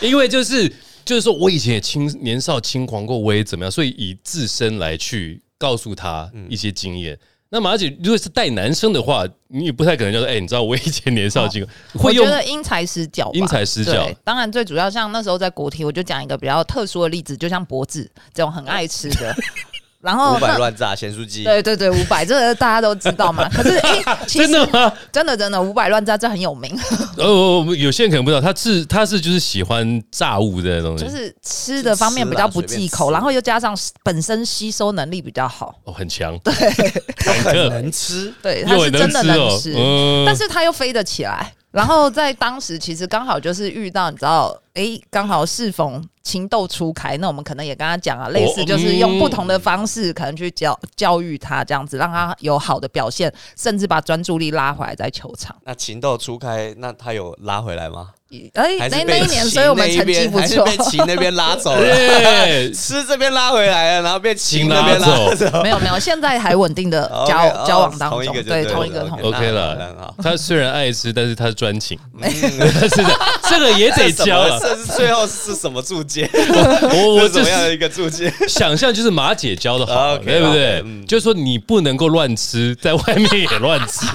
Speaker 1: 因为就是就是说我以前也轻年少轻狂过，我也怎么样，所以以自身来去告诉他
Speaker 3: 嗯
Speaker 1: 一些经验。那马姐如果是带男生的话，你也不太可能就说，哎、你知道我以前年少轻狂，
Speaker 3: 哦我
Speaker 1: 会
Speaker 3: 觉
Speaker 1: 用
Speaker 3: 得因材施教吧，
Speaker 1: 因材施教
Speaker 3: 对当然，最主要像那时候在国体，我就讲一个比较特殊的例子，就像博智这种很爱吃
Speaker 1: (laughs)
Speaker 3: 的，然后
Speaker 2: 五百乱炸咸酥鸡，
Speaker 3: 哦对对对，五百这个大家都知道嘛。可是哎、其实
Speaker 1: (laughs) 真的吗？
Speaker 3: 真的真的五百乱炸这很有名，
Speaker 1: 呃、哦，有些人可能不知道，他是他是就是喜欢炸物的那种
Speaker 3: 就
Speaker 1: 人，
Speaker 3: 是吃的方面比较不
Speaker 1: 啊
Speaker 3: 忌
Speaker 2: 就吃啦随便
Speaker 3: 口，
Speaker 2: 吃
Speaker 3: 然后又加上本身吸收能力比较好，
Speaker 1: 哦，很强。
Speaker 2: 都很能吃。
Speaker 3: 对，它
Speaker 1: 又
Speaker 3: 是
Speaker 1: 很
Speaker 3: 真的能
Speaker 1: 哦
Speaker 3: 吃，
Speaker 1: 嗯
Speaker 3: 但是它又飞得起来。然后在当时其实刚好就是遇到你知道，哎，刚好适逢情窦初开，那我们可能也跟他讲
Speaker 2: 哦
Speaker 3: 啊，类似就是用不同的方式，可能去教教育他这样子，让他有好的表现，甚至把专注力拉回来在球场。
Speaker 2: 那情窦初开，那他有拉回来吗？
Speaker 3: 哎，
Speaker 2: 还
Speaker 3: 那
Speaker 2: 是
Speaker 3: 那
Speaker 2: 被
Speaker 3: 一年，
Speaker 2: 秦
Speaker 3: 所以我们
Speaker 2: 那一
Speaker 3: 成绩
Speaker 2: 边
Speaker 3: 不
Speaker 2: 还是
Speaker 3: 错。
Speaker 2: 被秦那边拉走了，
Speaker 1: 嗯对，
Speaker 2: (laughs) 吃这边拉回来了，然后被秦那边
Speaker 1: 秦拉
Speaker 2: 拉走。
Speaker 3: (laughs) 没有没有，现在还稳定的
Speaker 2: OK，(laughs)
Speaker 3: 交、
Speaker 2: 哦
Speaker 3: 交往当
Speaker 2: 同
Speaker 3: 中，
Speaker 2: 一个就
Speaker 3: 对
Speaker 2: 对
Speaker 3: 同
Speaker 2: 了
Speaker 3: 一个同
Speaker 2: OK
Speaker 3: 一个
Speaker 1: OK
Speaker 2: 那很
Speaker 1: 了
Speaker 2: 好，
Speaker 1: 他虽然爱吃，但是他是专
Speaker 3: (laughs)
Speaker 1: 情，
Speaker 2: 嗯
Speaker 1: 是的，这个也得教啊
Speaker 2: 什么
Speaker 1: 了。
Speaker 2: 这是最后是什么注解？
Speaker 1: 我
Speaker 2: 是
Speaker 1: 我
Speaker 2: 怎
Speaker 1: 就
Speaker 2: 么样的
Speaker 1: 是
Speaker 2: 一个注
Speaker 3: (laughs)
Speaker 2: 解？
Speaker 3: 啊
Speaker 1: 想象就是马姐教的好，
Speaker 2: OK，
Speaker 1: 对不对
Speaker 2: OK，？嗯
Speaker 1: 就是说你不能够乱吃，在外面也乱
Speaker 2: (laughs)
Speaker 1: 吃。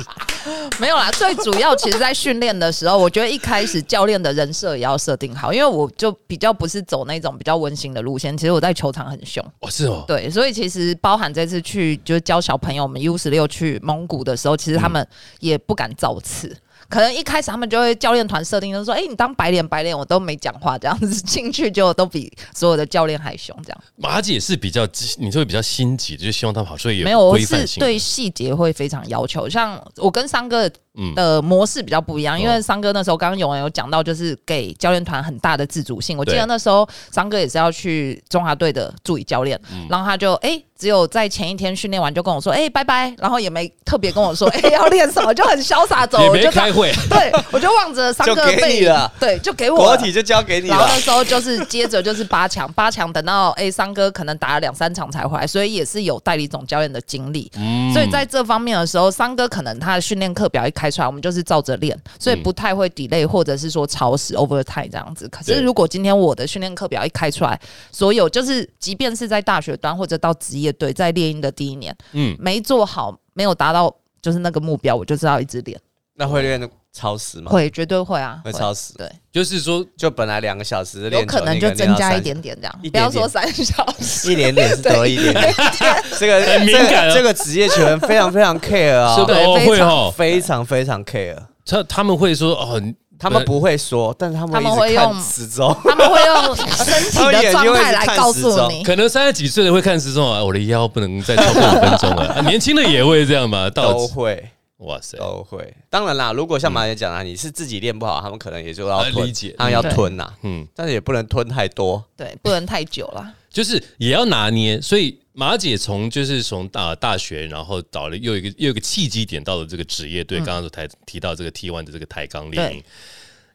Speaker 3: 没有啦，最主要其实，在训练的时候，我觉得一开始教练的人设也要设定好，因为我就比较不是走那种比较温馨的路线。其实我在球场很凶，
Speaker 1: 哦，是哦，
Speaker 3: 对，所以其实包含这次去就是教小朋友们 U 十六去蒙古的时候，其实他们也不敢造次。可能一开始他们就会教练团设定，就说：“哎、你当白脸白脸，我都没讲话，这样子进去就都比所有的教练还凶，这样
Speaker 1: 马姐是比较，你就会比较心急，就是希望他们好，所以
Speaker 3: 没有，我
Speaker 1: 规范
Speaker 3: 是
Speaker 1: 性。
Speaker 3: 对细节会非常要求。像我跟三哥
Speaker 1: 嗯
Speaker 3: 的模式比较不一样，因
Speaker 1: 哦
Speaker 3: 为三哥那时候刚刚有人有讲到，就是给教练团很大的自主性。我记
Speaker 1: 对
Speaker 3: 得那时候三哥也是要去中华队的助理教练，
Speaker 1: 嗯
Speaker 3: 然后他就哎、只有在前一天训练完就跟我说，哎、拜拜，然后也没特别跟我说，哎、要练什么，就很潇洒走，
Speaker 1: 也
Speaker 3: 我
Speaker 1: 没
Speaker 3: 就这样
Speaker 1: 开会，
Speaker 3: 对，我就望着三
Speaker 2: 就
Speaker 3: 哥
Speaker 2: 给
Speaker 3: 被
Speaker 2: 你了，
Speaker 3: 对，就给我
Speaker 2: 国
Speaker 3: 了。
Speaker 2: 体就交给你
Speaker 3: 然后
Speaker 2: 了
Speaker 3: 那。时候就是接着就是八强，八强等到哎三哥可能打了两三场才回来，所以也是有代理总教练的经历。
Speaker 1: 嗯
Speaker 3: 所以在这方面的时候，三哥可能他的训练课表一开出来，我们就是照着练，所以
Speaker 2: 嗯
Speaker 3: 不太会 delay 或者是说超时 overtime 这样子。可
Speaker 1: 对
Speaker 3: 是如果今天我的训练课表一开出来，所有就是即便是在大学端或者到职业队，在猎鹰的第一年
Speaker 1: 嗯，
Speaker 3: 没做好，没有达到就是那个目标，我就是要一直练。
Speaker 2: 那会练超时吗？
Speaker 3: 会绝对会啊，
Speaker 2: 哦会超时
Speaker 3: 对，
Speaker 1: 就是说
Speaker 2: 就本来两个小时的
Speaker 3: 有
Speaker 2: 练球，
Speaker 3: 可能
Speaker 2: 你
Speaker 3: 就增加
Speaker 2: 练
Speaker 3: 一
Speaker 2: 到
Speaker 3: 点点这样，
Speaker 2: 一点点
Speaker 3: 不要说三小
Speaker 2: (laughs)
Speaker 3: 时，
Speaker 2: 三，一点点是多一点点。 (laughs) 这个
Speaker 1: 很敏感
Speaker 2: 这
Speaker 1: 啊
Speaker 2: 个这个职业球员非常非常 care 啊、
Speaker 1: 是的
Speaker 3: 对
Speaker 1: 哦
Speaker 3: 非常
Speaker 1: 会哦，
Speaker 2: 非常非常 care。
Speaker 1: 他他们会说哦，你
Speaker 2: 他们不会说，但是他
Speaker 3: 他
Speaker 2: 们
Speaker 3: 们
Speaker 2: 一直
Speaker 3: 会
Speaker 2: 看
Speaker 3: 用
Speaker 1: (laughs)
Speaker 2: 时钟。
Speaker 3: 他们会用身体的状态来告诉你。
Speaker 1: 可能三十几岁的会看时钟啊，我的腰不能再超过五分钟了。啊年轻的也会这样吧？到
Speaker 2: 都会
Speaker 1: 哇塞，
Speaker 2: 都会，当然啦。如果像马姐讲啊，你是自己练不好，他们可能也就要
Speaker 1: 呃
Speaker 2: 吞，
Speaker 1: 理解
Speaker 2: 他们要
Speaker 3: 嗯
Speaker 2: 吞呐，
Speaker 1: 嗯，
Speaker 2: 但是也不能吞太多。
Speaker 3: 对，不能太久了。
Speaker 1: 就是也要拿捏。所以马姐从就是从大大学，然后到了又一个又一个契机点，到了这个职业队。刚刚所提提到这个 T one 的这个抬杠练营，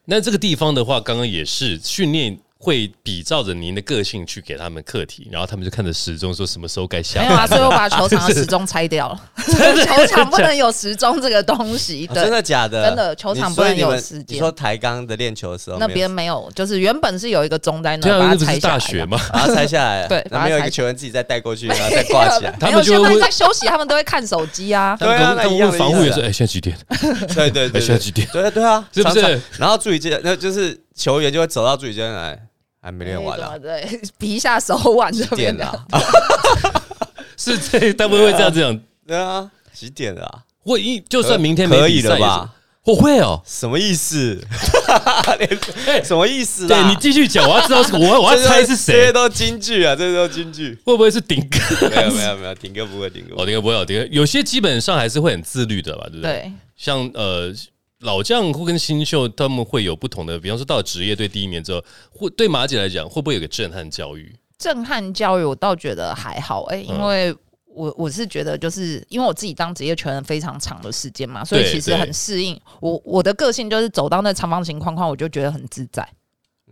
Speaker 1: 那这个地方的话，刚刚也是训练。会比照着您的个性去给他们课题，然后他们就看着时钟说什么时候该下
Speaker 3: 没
Speaker 1: 班。
Speaker 3: 有啊，所以我把球场的时钟拆掉
Speaker 2: (laughs)
Speaker 3: 了。球场不能有时钟这个东西，
Speaker 2: 啊真
Speaker 3: 对，
Speaker 2: 的假的？
Speaker 3: 真的球场
Speaker 2: 你所以
Speaker 3: 不能有
Speaker 2: 你们
Speaker 3: 时间
Speaker 2: 你说抬杠的练球的时候，
Speaker 3: 那边没有，就是原本是有一个钟在
Speaker 1: (laughs)
Speaker 3: 那，
Speaker 1: 对啊，
Speaker 3: 把
Speaker 1: 那
Speaker 3: 它
Speaker 1: 不
Speaker 3: 拆
Speaker 1: 是
Speaker 3: 下来
Speaker 1: 大
Speaker 3: 了
Speaker 1: 学吗？
Speaker 2: (laughs) 把它拆下来，
Speaker 3: 对
Speaker 2: 然后没有一
Speaker 3: 把它拆
Speaker 2: 个球员自己再带
Speaker 3: (laughs)
Speaker 2: 过去，然后再挂起来。
Speaker 1: 他们
Speaker 3: 没有，
Speaker 1: 就
Speaker 3: 现
Speaker 1: 会
Speaker 3: 在
Speaker 1: 问
Speaker 3: 在休息，他们都会看手机
Speaker 2: (laughs)
Speaker 3: 啊。
Speaker 2: 对啊
Speaker 1: 他们
Speaker 2: 那一
Speaker 1: 问
Speaker 2: 样的意思
Speaker 1: 防护员说：“
Speaker 2: 啊
Speaker 1: 哎，现在几点？
Speaker 2: 对对
Speaker 1: 哎，
Speaker 2: 对
Speaker 1: 现在
Speaker 2: 对
Speaker 1: 几点？”
Speaker 2: 对对啊，
Speaker 1: 是不是
Speaker 2: 常常？然后助理间，那就是球员就会走到助理间来，还没练完啊，
Speaker 3: 对，比一下手腕这
Speaker 2: 几
Speaker 3: 边
Speaker 2: 点啊
Speaker 3: 的。
Speaker 2: 了？
Speaker 1: (laughs) 是这他们会这样这样，
Speaker 2: (laughs) 对啊，几点了啊？
Speaker 1: 或一就算明天没
Speaker 2: 可
Speaker 1: 比
Speaker 2: 以
Speaker 1: 赛
Speaker 2: 了
Speaker 1: 也是？
Speaker 2: 吧？
Speaker 1: 我会哦，
Speaker 2: 什么意思？
Speaker 1: (laughs) 哎
Speaker 2: 什么意思啦？
Speaker 1: 对你继续讲，我要知道是我要我
Speaker 2: 啊 (laughs) 这
Speaker 1: 要
Speaker 2: 都
Speaker 1: 猜是
Speaker 2: 这些
Speaker 1: 谁，。
Speaker 2: 都京剧啊，这些都京剧
Speaker 1: 会不会是顶哥？
Speaker 2: 没
Speaker 1: (laughs)
Speaker 2: 有没有没有，顶哥不会，顶哥不
Speaker 1: 哦，
Speaker 2: 会。
Speaker 1: 顶哥不会，哦顶哥有些基本上还是会很自律的吧，对不对？
Speaker 3: 对，
Speaker 1: 像呃老将或跟新秀，他们会有不同的，比方说到职业队第一年之后，会对马姐来讲会不会有个震撼教育？
Speaker 3: 震撼教育我倒觉得还好，哎、
Speaker 1: 嗯
Speaker 3: 因为。我我是觉得，就是因为我自己当职业球员非常长的时间嘛，所以
Speaker 1: 对
Speaker 3: 其实
Speaker 1: 对
Speaker 3: 很适应。我我的个性就是走到那长方形框框，我就觉得很自在。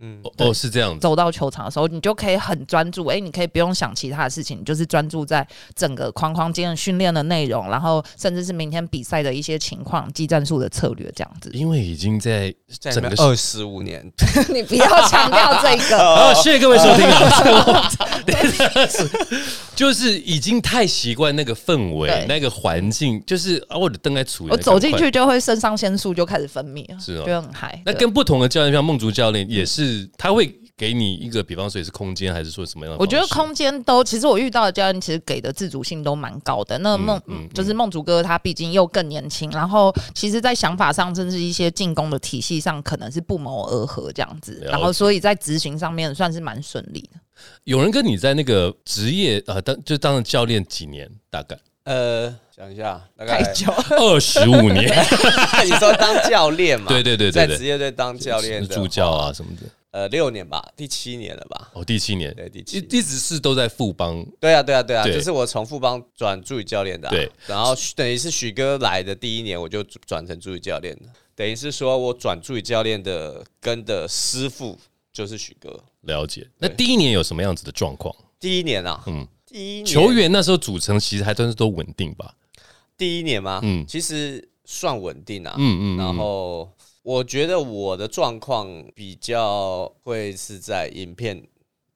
Speaker 2: 嗯，
Speaker 1: 哦，哦是这样子，
Speaker 3: 走到球场的时候，你就可以很专注，哎、你可以不用想其他的事情，你就是专注在整个框框间的训练的内容，然后甚至是明天比赛的一些情况、技战术的策略这样
Speaker 1: (laughs)
Speaker 3: 子。
Speaker 1: 因为已经在
Speaker 2: 在
Speaker 1: 整个
Speaker 3: 哦
Speaker 2: 二十五年，
Speaker 3: 你不要强调这个，
Speaker 1: 啊，谢谢各位收听
Speaker 3: (laughs)
Speaker 1: 啊！ (laughs) 就是已经太习惯那个氛围
Speaker 3: 对、
Speaker 1: 那个环境，就是啊，我的灯该处于
Speaker 3: 我走进去就会肾上腺素就开始分泌了，
Speaker 1: 是哦
Speaker 3: 就很嗨。
Speaker 1: 那
Speaker 3: 对
Speaker 1: 跟不同的教练，像梦竹教练也是，他会给你一个，比方说也是空间，还是说什么样的
Speaker 3: 我
Speaker 1: 方式？
Speaker 3: 觉得空间都，其实我遇到的教练其实给的自主性都蛮高的。那梦、
Speaker 1: 嗯嗯
Speaker 3: 就是梦竹哥，他毕竟又更年轻，然后其实，在想法上，甚至一些进攻的体系上，可能是不谋而合这样子
Speaker 1: 了。解
Speaker 3: 然后，所以在执行上面算是蛮顺利的。
Speaker 1: 有人跟你在那个职业啊，呃当就当了教练几年，大概
Speaker 2: 呃，想一下，大概
Speaker 3: 太久 (laughs) 了，
Speaker 1: 二十
Speaker 2: (laughs)
Speaker 1: 五年，
Speaker 2: 你说当教练嘛？
Speaker 1: 对对对对
Speaker 2: 在
Speaker 1: 对
Speaker 2: 职业队当教练的
Speaker 1: 助教啊什么的。
Speaker 2: 呃，六年吧，第七年了吧？
Speaker 1: 哦，第七年，
Speaker 2: 对第七
Speaker 1: 一一直是都在富邦，
Speaker 2: 对啊，对啊，对啊，
Speaker 1: 对
Speaker 2: 就是我从副帮转助理教练的啊、
Speaker 1: 对
Speaker 2: 然后许等于是许哥来的第一年，我就转成助理教练的，等于是说我转助理教练的跟的师傅就是许哥。
Speaker 1: 了解。那第一年有什么样子的状况？
Speaker 2: 第一年啊，
Speaker 1: 嗯
Speaker 2: 嗯，第一年
Speaker 1: 球员那时候组成其实还算是都稳定吧。
Speaker 2: 第一年吗？
Speaker 1: 嗯
Speaker 2: 嗯，其实算稳定啊，
Speaker 1: 嗯嗯嗯
Speaker 2: 然后我觉得我的状况比较会是在影片。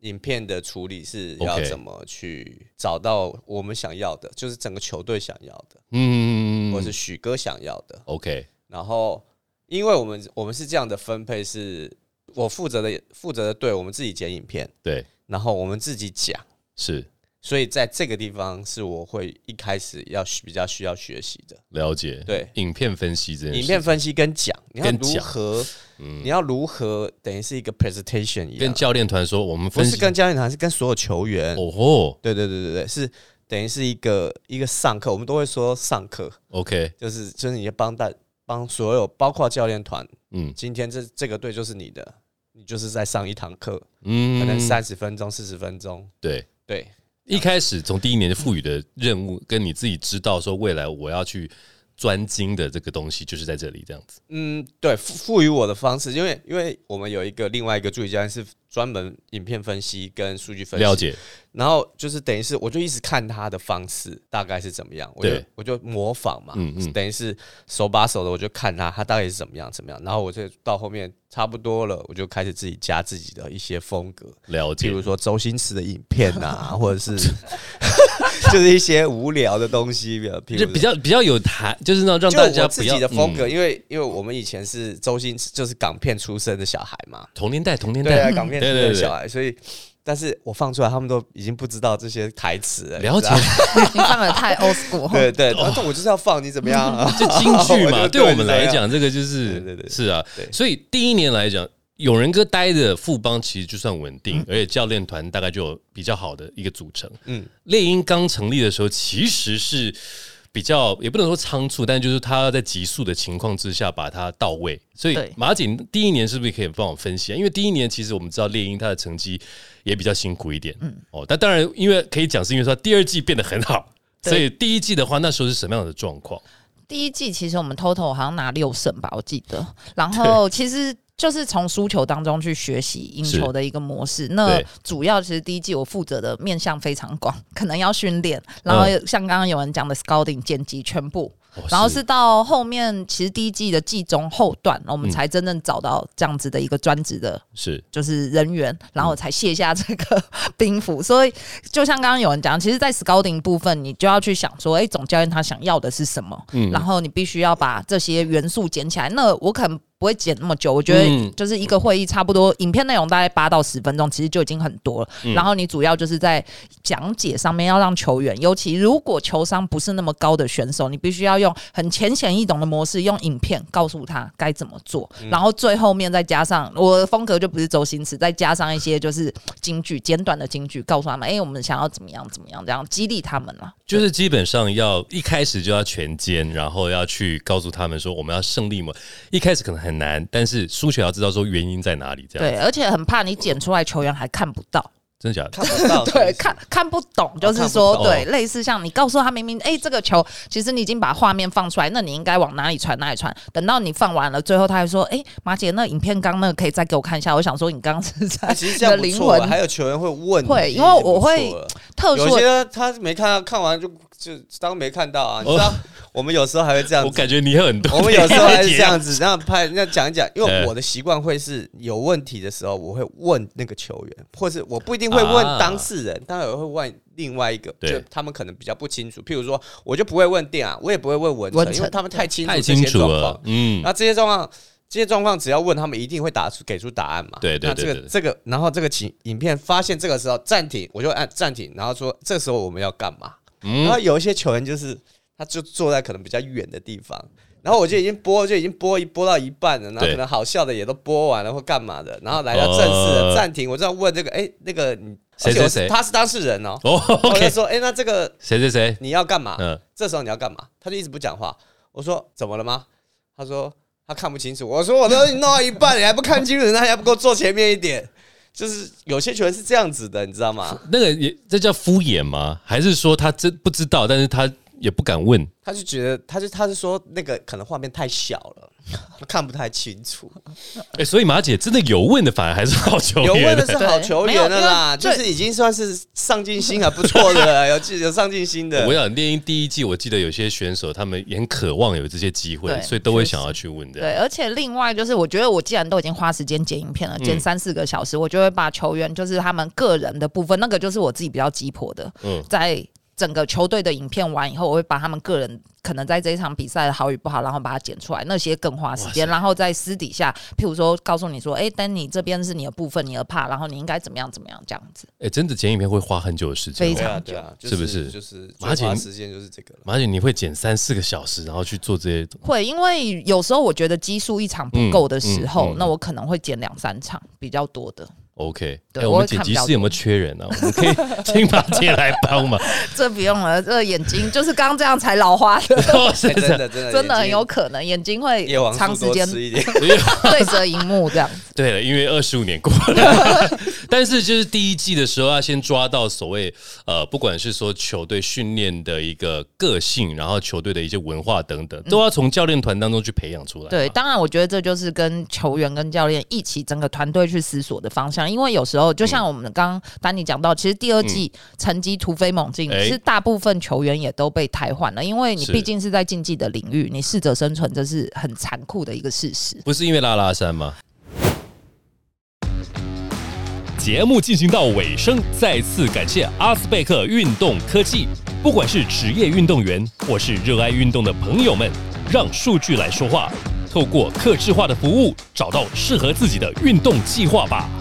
Speaker 2: 影片的处理是要
Speaker 1: OK
Speaker 2: 怎么去找到我们想要的就是整个球队想要的，
Speaker 1: 嗯，
Speaker 2: 或是许哥想要的。
Speaker 1: OK，
Speaker 2: 然后，因为我们我们是这样的分配是，我负责的负责的队，我们自己剪影片，
Speaker 1: 对，
Speaker 2: 然后我们自己讲，
Speaker 1: 是
Speaker 2: 所以在这个地方是我会一开始要需比较需要学习的。
Speaker 1: 了解。
Speaker 2: 对
Speaker 1: 影片分析这件事，
Speaker 2: 影片分析啊跟讲，你要
Speaker 1: 跟
Speaker 2: 如
Speaker 1: 讲嗯
Speaker 2: 何，你要如何，等于是一个 presentation 一
Speaker 1: 跟
Speaker 2: 样，
Speaker 1: 教练团说，我们
Speaker 2: 不
Speaker 1: 分
Speaker 2: 是
Speaker 1: 析。
Speaker 2: 跟教练团，是跟所有球员。
Speaker 1: 哦吼
Speaker 2: 对对对对对，是等于是一个一个上课，我们都会说上课，
Speaker 1: ，OK，
Speaker 2: 就是就是你要帮大帮所有，包括教练团，
Speaker 1: 嗯
Speaker 2: 今天这这个队就是你的，你就是在上一堂课，
Speaker 1: 嗯，
Speaker 2: 可能三十分钟、四十分钟，
Speaker 1: 对。
Speaker 2: 对
Speaker 1: 一开始从第一年赋予的任务，跟你自己知道说未来我要去专精的这个东西，就是在这里这样子。
Speaker 2: 嗯，对，赋赋予我的方式，因为因为我们有一个另外一个助理教练是专门影片分析跟数据分析，
Speaker 1: 了。解，
Speaker 2: 然后就是等于是，我就一直看他的方式大概是怎么样，我就
Speaker 1: 对
Speaker 2: 我就模仿嘛，
Speaker 1: 嗯嗯
Speaker 2: 等于是手把手的，我就看他他大概是怎么样怎么样，然后我就到后面差不多了，我就开始自己加自己的一些风格，
Speaker 1: 了
Speaker 2: 譬
Speaker 1: 解 (laughs)
Speaker 2: 如。说周星驰的影片啊，或者是就是一些无聊的东西，比较譬如
Speaker 1: 就比较比较有台，就是那种
Speaker 2: 就
Speaker 1: 让大家
Speaker 2: 我
Speaker 1: 不
Speaker 2: 自
Speaker 1: 要
Speaker 2: 己的
Speaker 1: 嗯
Speaker 2: 风格，因为因为我们以前是周星，就是港片出身的小孩嘛，
Speaker 1: 同嗯年代，同年
Speaker 2: 对
Speaker 1: 代
Speaker 2: 啊，，港片
Speaker 1: 嗯对
Speaker 2: 出身
Speaker 1: 对
Speaker 2: 的
Speaker 1: 对
Speaker 2: 小孩，所以但是我放出来，他们都已经不知道这些台词了，
Speaker 1: 了
Speaker 2: 你知
Speaker 1: 解
Speaker 2: 道吗。
Speaker 3: 你看的太
Speaker 1: (laughs)
Speaker 3: old (laughs) school，
Speaker 2: 对对，
Speaker 3: 哦
Speaker 2: 但是我就是要放，你怎么样？啊
Speaker 3: (laughs)
Speaker 1: 就京剧嘛，
Speaker 2: 就
Speaker 1: 对我们来，
Speaker 2: 就
Speaker 1: 讲，这个就是
Speaker 2: 对对对
Speaker 1: 是啊
Speaker 2: 对。
Speaker 1: 所以第一年来讲，永仁哥待的富邦其实就算稳定，而且教练团大概就有比较好的一个组成。
Speaker 2: 这样嗯，
Speaker 1: 猎鹰刚成立的时候，其实是比较也不能说仓促，但就是他要在急速的情况之下把它到位。所以
Speaker 3: 对
Speaker 1: 马景第一年是不是可以帮我分析、啊？因为第一年其实我们知道猎鹰他的成绩也比较辛苦一点，嗯，哦，但当然因为可以讲是因为说第二季变得很好，
Speaker 3: 对
Speaker 1: 所以第一季的话那时候是什么样的状况？
Speaker 3: 第一季其实我们 total 好像拿六胜吧，我记得。然后其实就是从输球当中去学习赢球的一个模式。那
Speaker 1: 对
Speaker 3: 主要其实第一季我负责的面向非常广，可能要训练，然后像刚刚有人讲的 scouting 剪辑全部。
Speaker 1: 哦
Speaker 3: 然后是到后面，其实第一季的季中后段，我们才真正找到这样子的一个专职的
Speaker 1: 是
Speaker 3: 就是人员，然后才卸下这个 (laughs) 兵符。所以，就像刚刚有人讲，其实，在 scouting 部分，你就要去想说，哎、总教练他想要的是什么，然后你必须要把这些元素捡起来。那我可能不会剪那么久，我觉
Speaker 1: 嗯
Speaker 3: 得就是一个会议差不多，影片内容大概八到十分钟，其实就已经很多了。然后你主要就是在讲解上面要让球员，尤其如果球商不是那么高的选手，你必须要用很浅显易懂的模式，用影片告诉他该怎么做，然后最后面再加上我的风格就不是周星驰，再加上一些就是京剧简短的京剧，告诉他们，哎、我们想要怎么样怎么样，这样激励他们啊了。
Speaker 1: 就是基本上要一开始就要全歼，然后要去告诉他们说我们要胜利嘛。一开始可能很难，但是输球要知道说原因在哪里，这样
Speaker 3: 对，而且很怕你剪出来球员还看不到，
Speaker 1: 真的假的？
Speaker 2: 看不到，
Speaker 3: 对，看看不懂，就是
Speaker 2: 哦看
Speaker 3: 说，
Speaker 2: 不懂
Speaker 3: 对，类似像你告诉他明明，哎、这个球其实你已经把画面放出来，那你应该往哪里传哪里传。等到你放完了，最后他还说，哎、马姐，那影片刚那个可以再给我看一下。我想说，你刚刚是在
Speaker 2: 哎其实这样
Speaker 3: 你
Speaker 2: 不
Speaker 3: 的灵
Speaker 2: 错了。
Speaker 3: 魂
Speaker 2: 还有球员会问你，
Speaker 3: 会
Speaker 2: 已
Speaker 3: 因为
Speaker 2: 经不
Speaker 3: 我会
Speaker 2: 错了
Speaker 3: 特殊
Speaker 2: 有
Speaker 3: 的
Speaker 2: 些他没看到，看完就就当没看到
Speaker 3: 哦
Speaker 2: 啊。你知道，我们有时候还会这样
Speaker 1: 我
Speaker 2: 子。
Speaker 1: 感觉你很多，
Speaker 2: (laughs) 我们有时候还是这样子，这样拍，那讲一讲，因为
Speaker 1: 呃
Speaker 2: 我的习惯会是有问题的时候，我会问那个球员，或是我不一定会问
Speaker 1: 啊
Speaker 2: 当事人，当然我会问另外一个，
Speaker 1: 对
Speaker 2: 就他们可能比较不清楚。譬如说，我就不会问电啊，我也不会问文
Speaker 3: 文
Speaker 2: 成，因为
Speaker 3: 成
Speaker 2: 他们太清楚
Speaker 1: 太
Speaker 2: 这
Speaker 1: 清
Speaker 2: 些
Speaker 1: 楚
Speaker 2: 状况啊
Speaker 1: 了。，嗯，
Speaker 2: 那这些状况，这些状况只要问他们，一定会打出给出答案嘛。
Speaker 1: 对对
Speaker 2: 那这
Speaker 1: 对
Speaker 2: 个
Speaker 1: 对对
Speaker 2: 这个，然后这个影影片发现这个时候暂停，我就按暂停，然后说这时候我们要干嘛？
Speaker 1: 嗯
Speaker 2: 然后有一些球员就是他就坐在可能比较远的地方。然后我就已经播，就已经播一播到一半了，然后
Speaker 1: 对呃
Speaker 2: 可能好笑的也都播完了或干嘛的，然后来到正式的
Speaker 1: 哦
Speaker 2: 暂停，我就要问这个，哎，那个你，
Speaker 1: 谁
Speaker 2: 而且我是
Speaker 1: 谁谁
Speaker 2: 他是当事人哦，
Speaker 1: 哦
Speaker 2: 我就
Speaker 1: ，OK，
Speaker 2: 说，哎，那这个
Speaker 1: 谁谁谁，
Speaker 2: 你要干嘛？
Speaker 1: 嗯，
Speaker 2: 这时候你要干嘛？他就一直不讲话。我说怎么了吗？他说他看不清楚。我说我都弄到一半，你还不看清楚，那你还不给我坐前面一点？就是有些球员是这样子的，你知道吗？
Speaker 1: 那个也这叫敷衍吗？还是说他真不知道，但是他也不敢问？
Speaker 2: 他就觉得，他就他是说那个可能画面太小了，看不太清楚。
Speaker 1: 哎、所以马姐真的有问的，反而还是好球员。
Speaker 2: 有问的是好球员了啦，
Speaker 3: 对没有因
Speaker 2: 就
Speaker 3: 为
Speaker 2: 是已经算是上进心还不错的
Speaker 3: (laughs)
Speaker 2: 了，有有上进心的
Speaker 1: 我。想猎鹰第一季，我记得有些选手他们也很渴望有这些机会，
Speaker 3: 对
Speaker 1: 所以都会想要去问的。
Speaker 3: 对，而且另外就是，我觉得我既然都已经花时间剪影
Speaker 2: 嗯
Speaker 3: 片了，剪三四个小时，我就会把球员就是他们个人的部分，那个就是我自己比较急迫的，
Speaker 1: 嗯
Speaker 3: 在整个球队的影片完以后，我会把他们个人可能在这一场比赛的好与不好，然后把它剪出来，那些更花时间，然后在私底下，譬如说告诉你说，哎、丹尼这边是你的部分，你的怕，然后你应该怎么样怎么样这样子。
Speaker 1: 哎、真的剪影片会花很久的时间、
Speaker 3: 非
Speaker 2: 对
Speaker 1: 哦。
Speaker 2: 啊，
Speaker 3: 常
Speaker 2: 对啊，就是
Speaker 1: 不是
Speaker 2: 就是
Speaker 1: 马
Speaker 2: 最
Speaker 1: 景
Speaker 2: 花时间就是这个了。
Speaker 1: 马姐，你会剪三四个小时，然后去做这些东
Speaker 3: 嗯会，因为有时候我觉得基数一场不够的时候，
Speaker 1: 嗯嗯嗯
Speaker 3: 那我可能会剪两三场比较多的， (laughs)
Speaker 1: ？OK，哎、
Speaker 3: 对
Speaker 1: 我
Speaker 3: 我
Speaker 1: 们
Speaker 3: 会
Speaker 1: 剪
Speaker 3: 看
Speaker 1: 辑
Speaker 3: 比较
Speaker 1: 师有没有缺人呢、啊？我们可以 (laughs) 请马姐来帮忙。
Speaker 3: 这不用了，这眼睛就是刚刚这样才老花的。
Speaker 2: 哎
Speaker 1: 真
Speaker 2: 真
Speaker 1: 的，
Speaker 2: 的真的
Speaker 3: (laughs) 真的很有
Speaker 2: 眼
Speaker 3: 可能眼睛会
Speaker 2: 睛叶黄
Speaker 3: 长
Speaker 2: 素
Speaker 3: 时
Speaker 2: 多
Speaker 3: 间
Speaker 2: 吃一点。
Speaker 3: 对着荧幕这样。
Speaker 1: 对了，因为二十五年过
Speaker 3: (laughs)
Speaker 1: 了，但是就是第一季的时候要先抓到所谓呃，不管是说球队训练的一个个性，然后球队的一些文化等等，都要从教练团当中去培养出来嘛。
Speaker 3: 对，当然我觉得这就是跟球员跟教练一起整个团队去思索的方向，因为有时候就像我们刚刚丹尼讲到，其实第二季
Speaker 1: 嗯
Speaker 3: 成绩突飞猛进，
Speaker 1: 哎
Speaker 3: 其实大部分球员也都被汰换了，因为你
Speaker 1: 是
Speaker 3: 毕竟是在竞技的领域，你适者生存这是很残酷的一个事实。
Speaker 1: 不是因为拉拉山吗？
Speaker 4: 节目进行到尾声，再次感谢阿斯贝克运动科技。
Speaker 1: 不管是职业运动员或是热爱运动的朋友们，让数据来说话，透过客制化的服务，找到适合自己的运动计划吧。